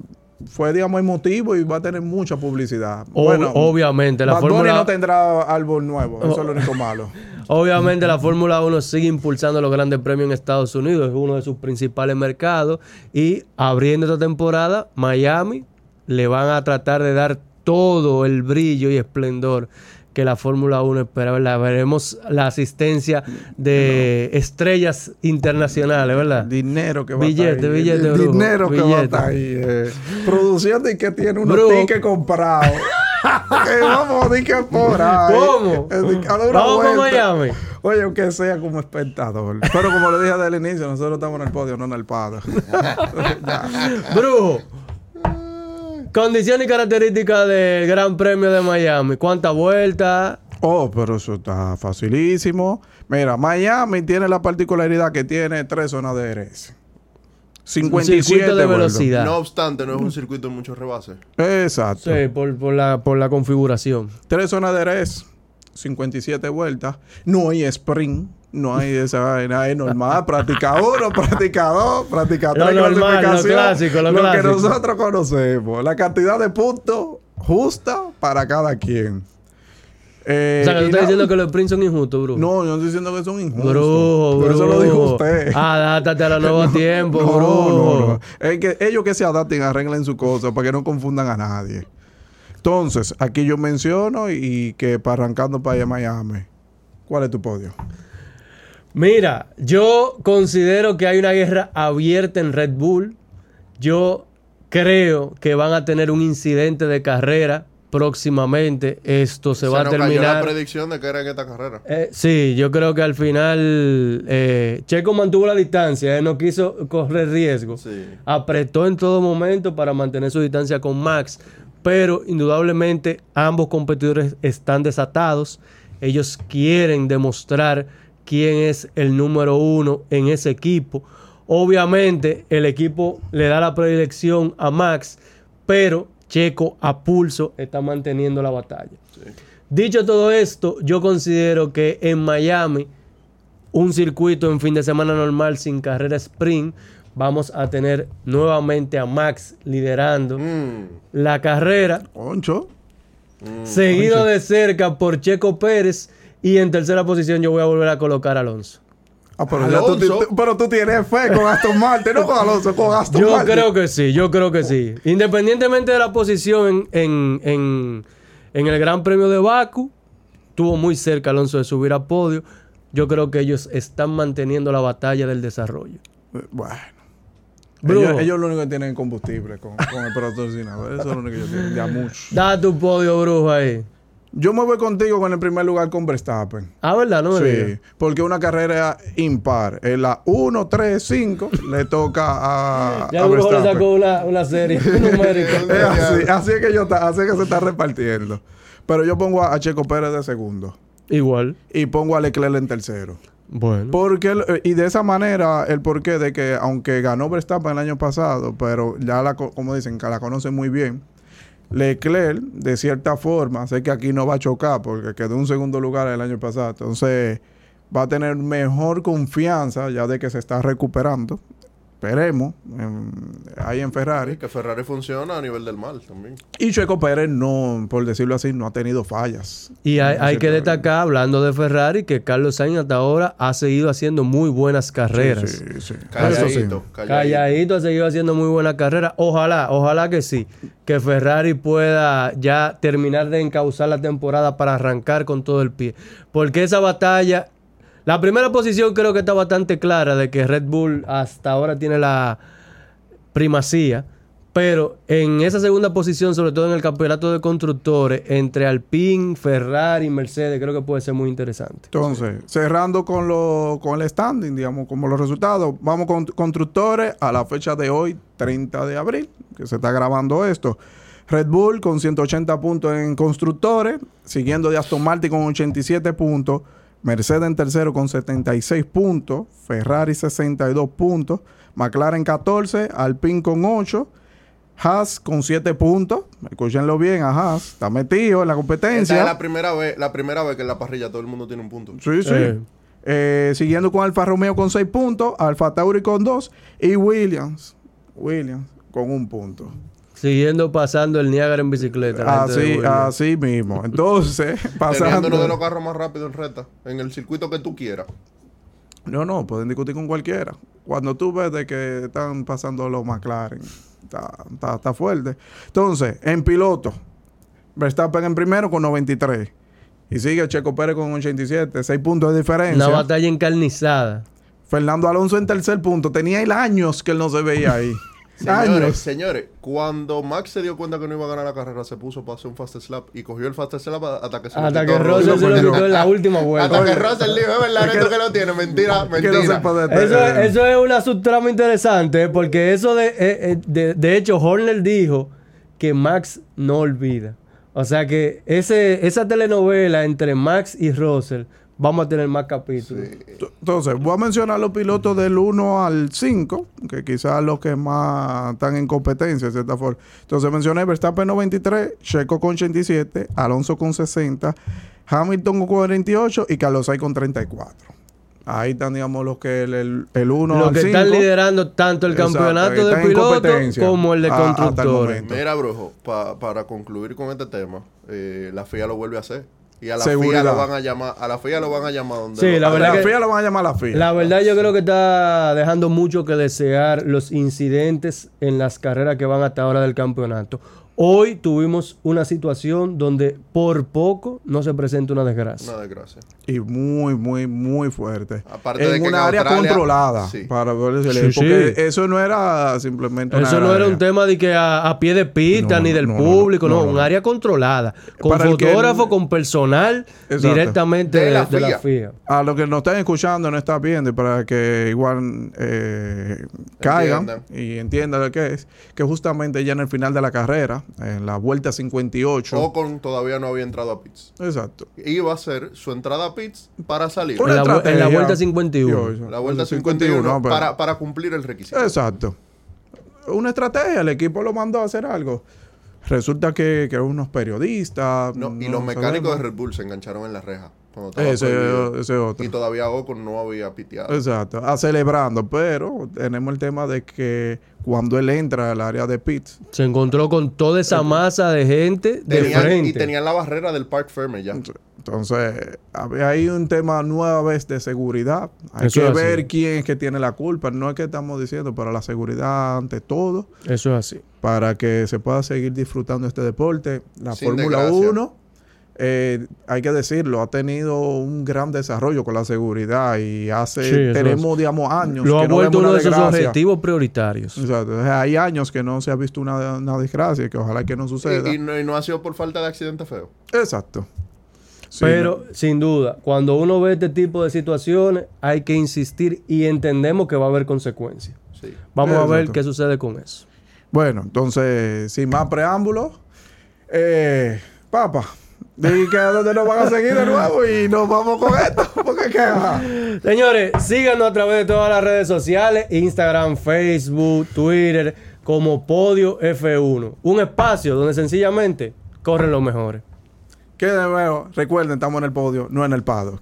S3: fue, digamos, emotivo y va a tener mucha publicidad.
S1: Ob- obviamente, la
S3: Bad Bunny
S1: fórmula- Oh.
S3: no tendrá álbum nuevo, eso es lo único malo.
S1: Obviamente la Fórmula 1 sigue impulsando los grandes premios en Estados Unidos, es uno de sus principales mercados y abriendo esta temporada, Miami le van a tratar de dar todo el brillo y esplendor que la Fórmula 1 espera, ¿verdad? Veremos la asistencia de estrellas internacionales, ¿verdad?
S3: Dinero que va a
S1: Billete,
S3: estar ahí.
S1: billete,
S3: Di-
S1: brujo,
S3: Dinero que va a
S1: billete.
S3: estar ahí. eh. Produciendo y que tiene unos
S1: Brujo.
S3: tickets comprados. que vamos, di que por ahí.
S1: ¿Cómo?
S3: Eh, di- a dar una
S1: Vamos con
S3: vuelta.
S1: Miami.
S3: Oye, aunque sea como espectador. Pero como lo dije desde el inicio, nosotros estamos en el podio, no en el pado.
S1: Brujo. Condición y características del Gran Premio de Miami. ¿Cuántas vueltas?
S3: oh, pero eso está facilísimo. Mira, Miami tiene la particularidad que tiene tres zonas de DRS. 57
S1: Circuito de
S3: vueltas.
S1: velocidad.
S2: No obstante, no es un circuito de muchos rebases.
S3: Exacto.
S1: Sí, por, por la, por la configuración.
S3: Tres zonas de DRS, 57 vueltas. No hay sprint. No hay esa vaina, es normal. Práctica uno, práctica dos, práctica
S1: Lo
S3: tres,
S1: normal, lo
S3: clasificación.
S1: clásico, lo clásico.
S3: que nosotros conocemos. La cantidad de puntos justa para cada quien. Eh,
S1: o sea, que
S3: y
S1: tú estás
S3: nada.
S1: diciendo que los sprints son injustos, brujo.
S3: No, yo no estoy diciendo que son injustos.
S1: brujo,
S3: Pero
S1: brujo. Ah,
S3: Eso lo dijo usted.
S1: Adáptate a los nuevos tiempos,
S3: No,
S1: brujo.
S3: no, no. Es que ellos que se adapten, arreglen su cosa para que no confundan a nadie. Entonces, aquí yo menciono y que para arrancando para allá a Miami, ¿cuál es tu podio?
S1: Mira, yo considero que hay una guerra abierta en Red Bull. Yo creo que van a tener un incidente de carrera próximamente. Esto se, va a
S2: nos cayó la
S1: terminar.
S2: predicción de que era en esta carrera.
S1: Eh, sí, yo creo que al final eh, Checo mantuvo la distancia, eh, no quiso correr riesgo.
S2: Sí.
S1: Apretó en todo momento para mantener su distancia con Max, pero indudablemente ambos competidores están desatados. Ellos quieren demostrar quién es el número uno en ese equipo. Obviamente el equipo le da la predilección a Max, pero Checo a pulso está manteniendo la batalla. Dicho todo esto, yo considero que en Miami, un circuito en fin de semana normal sin carrera sprint, vamos a tener nuevamente a Max liderando
S2: Mm.
S1: la carrera,
S3: Concho.
S1: seguido de cerca por Checo Pérez y en tercera posición yo voy a volver a colocar a Alonso.
S3: Ah, pero, ya tú,
S2: Alonso.
S3: tú- pero tú tienes fe con Aston Martin, no con Alonso, con Aston
S1: Yo
S3: Martin.
S1: creo que sí, yo creo que sí. Independientemente de la posición en, en- en- en el Gran Premio de Baku, tuvo muy cerca Alonso de subir a podio. Yo creo que ellos están manteniendo la batalla del desarrollo.
S3: Bueno.
S1: Brujo.
S3: Ellos, ellos lo único que tienen es combustible con, con el patrocinador. Eso es lo único que ellos tienen, ya mucho.
S1: Da tu podio, brujo, ahí.
S3: Yo me voy contigo con el primer lugar con Verstappen.
S1: Ah, ¿verdad? No me
S3: Sí,
S1: digas.
S3: porque una carrera impar. En la 1, 3, 5 le toca a,
S1: Ya
S3: a
S1: Brujo le
S3: Verstappen.
S1: sacó una, una serie numérica.
S3: Es así, así es que yo ta- así es que se está repartiendo. Pero yo pongo a, a Checo Pérez de segundo
S1: Igual.
S3: y pongo a Leclerc en tercero.
S1: Bueno.
S3: Porque el- eh, y de esa manera el porqué de que aunque ganó Verstappen el año pasado, pero ya la co- como dicen que la conocen muy bien. Leclerc, de cierta forma, sé que aquí no va a chocar porque quedó en segundo lugar el año pasado. Entonces, va a tener mejor confianza ya de que se está recuperando Esperemos, en- ahí en Ferrari.
S2: Que Ferrari funciona a nivel del mal también.
S3: Y Checo Pérez, no, por decirlo así, no ha tenido fallas.
S1: Y hay,
S3: No
S1: hay
S3: sé
S1: que
S3: qué-
S1: destacar, hablando de Ferrari, que Carlos Sainz hasta ahora ha seguido haciendo muy buenas carreras.
S3: Sí, sí, sí.
S1: Eso sí.
S2: Calladito, calladito.
S1: Calladito ha seguido haciendo muy buenas carreras. Ojalá, ojalá que sí. Que Ferrari pueda ya terminar de encauzar la temporada para arrancar con todo el pie. Porque esa batalla, la primera posición creo que está bastante clara de que Red Bull hasta ahora tiene la primacía. Pero en esa segunda posición, sobre todo en el campeonato de constructores, entre Alpine, Ferrari, Mercedes, creo que puede ser muy interesante.
S3: Entonces, cerrando con, lo, con el standing, digamos, como los resultados, vamos con constructores a la fecha de hoy, 30 de abril, que se está grabando esto. Red Bull con 180 puntos en constructores, siguiendo de Aston Martin con 87 puntos, Mercedes en tercero con 76 puntos, Ferrari 62 puntos, McLaren 14, Alpine con 8, Haas con 7 puntos, escúchenlo bien, a Haas está metido en la competencia.
S2: Esta es la primera vez, la primera vez que en la parrilla todo el mundo tiene un punto.
S3: Sí, sí.
S1: Eh.
S3: Eh, siguiendo con Alfa Romeo con 6 puntos, Alfa Tauri con 2 y Williams, Williams con un punto.
S1: Siguiendo pasando el Niágara en bicicleta. la gente de
S3: Así,
S1: Williams.
S3: así mismo. Entonces,
S2: Teniendo
S3: pasando.
S2: uno de los carros más rápidos en recta, en el circuito que tú quieras.
S3: No, no, pueden discutir con cualquiera. Cuando tú ves de que están pasando los McLaren, está, está- está fuerte. Entonces, en piloto, Verstappen en primero con 93. Y sigue Checo Pérez con 87, 6 puntos de diferencia.
S1: Una batalla encarnizada.
S3: Fernando Alonso en tercer punto. Tenía el años que él no se veía ahí.
S2: Señores,
S3: años.
S2: señores, cuando Max se dio cuenta que no iba a ganar la carrera, se puso para hacer un fast slap y cogió el fast slap hasta que se lo
S1: Hasta
S2: quitó
S1: que
S2: Russell.
S1: Russell se lo
S3: perdió.
S1: quitó en la última
S2: Hasta que
S1: vuelta.
S2: Russell dijo, es verdad,
S3: que-
S2: esto que lo tiene, mentira,
S3: Que no se
S2: mentira.
S3: puede
S1: Eso,
S3: tener.
S1: eso es una subtrama interesante, ¿eh? porque eso de, eh, eh, de, de hecho, Horner dijo que Max no olvida. O sea que ese, esa telenovela entre Max y Russell, vamos a tener más capítulos.
S3: Eh, Entonces, voy a mencionar los pilotos del 1 al 5, que quizás los que más están en competencia, de cierta forma. Entonces, mencioné Verstappen 93, Checo con 87, Alonso con 60, Hamilton con 48 y Carlos Sainz con 34. Ahí están, digamos, los que el- el 1
S1: Los
S3: al 5.
S1: que están liderando tanto el
S3: Exacto, que
S1: campeonato de
S3: están en
S1: pilotos
S3: competencia
S1: como el de
S3: a- hasta el
S1: constructores.
S3: momento.
S2: Mira, brujo, pa- para concluir con este tema, eh, la FIA lo vuelve a hacer. Y a la
S3: Seguridad.
S2: FIA lo van a llamar, a la FIA lo van a llamar donde
S1: Sí,
S2: lo-
S1: la
S2: a
S1: verdad
S3: La
S1: que-
S3: FIA lo van a llamar la FIA.
S1: La verdad yo creo que está dejando mucho que desear los incidentes en las carreras que van hasta ahora del campeonato. Hoy tuvimos una situación donde por poco no se presenta una desgracia.
S2: Una desgracia.
S3: Y muy, muy, muy fuerte.
S2: Aparte
S3: en
S2: de que
S3: una
S2: en
S3: área
S2: Australia-
S3: controlada.
S2: sí.
S3: Para poder
S1: Sí,
S3: decirle, porque
S1: sí.
S3: eso no era simplemente una
S1: Eso no era
S3: área.
S1: un tema de que a, a pie de pista
S3: No,
S1: ni
S3: no,
S1: del
S3: no, no,
S1: público, no,
S3: no, no,
S1: un
S3: no.
S1: área controlada. Con
S3: Para el que-
S1: fotógrafo, con personal,
S3: Exacto.
S1: directamente de
S2: De
S1: la,
S2: la
S1: de la
S2: FIA.
S1: FIA.
S3: A los que nos están escuchando, no están viendo, y para que igual eh, caigan
S2: Entiendan.
S3: y entiendan lo que es, que justamente ya en el final de la carrera, en la vuelta 58.
S2: Ocon todavía no había entrado a pits.
S3: Exacto.
S2: Iba a ser su entrada a pits para salir.
S1: Una- la
S2: La,
S1: vu- en la
S3: estrategia-
S1: vuelta 51.
S3: Dios,
S2: vuelta 51,
S3: no, pero-
S2: para, para cumplir el requisito.
S3: Exacto. Una estrategia, el equipo lo mandó a hacer algo. Resulta que, que unos periodistas.
S2: No, y
S3: no
S2: los mecánicos
S3: sabemos.
S2: de Red Bull se engancharon en la reja. cuando estaba prohibido.
S3: Ese, ese otro.
S2: y todavía Ocon no había piteado.
S3: Exacto, a celebrando, pero tenemos el tema de que cuando él entra al área de pit,
S1: Se encontró con toda esa masa de gente de
S2: Tenían-
S1: frente.
S2: y tenían la barrera del Park Ferme ya.
S3: entonces había ahí un tema nueva vez de seguridad. Hay
S1: Eso
S3: que
S1: es así.
S3: ver quién es que tiene la culpa, no es que estamos diciendo, pero la seguridad ante todo,
S1: Eso es así.
S3: para que se pueda seguir disfrutando este deporte. La
S2: Sin
S3: Fórmula
S2: desgracia.
S3: 1, eh, hay que decirlo, ha tenido un gran desarrollo con la seguridad y hace,
S1: Sí, eso
S3: tenemos, digamos, años.
S1: Lo ha
S3: no
S1: vuelto
S3: vemos
S1: uno
S3: una
S1: de sus
S3: desgracia.
S1: objetivos prioritarios.
S3: Exacto. O sea, hay años que no se ha visto una, una desgracia, que ojalá que no suceda.
S2: Y, y no, y no ha sido por falta de accidente feo.
S3: Exacto. Sí,
S1: Pero sin duda, cuando uno ve este tipo de situaciones, hay que insistir y entendemos que va a haber consecuencias.
S2: Sí.
S1: Vamos a ver
S3: Exacto.
S1: qué sucede con eso.
S3: Bueno, entonces, sin más preámbulos, eh, papá, di que a dónde nos van a seguir de nuevo y nos vamos con esto, porque qué va.
S1: Señores, síganos a través de todas las redes sociales, Instagram, Facebook, Twitter, como Podio F1. Un espacio donde sencillamente corren los mejores.
S3: Que de nuevo, recuerden, estamos en el podio, no en el paddock.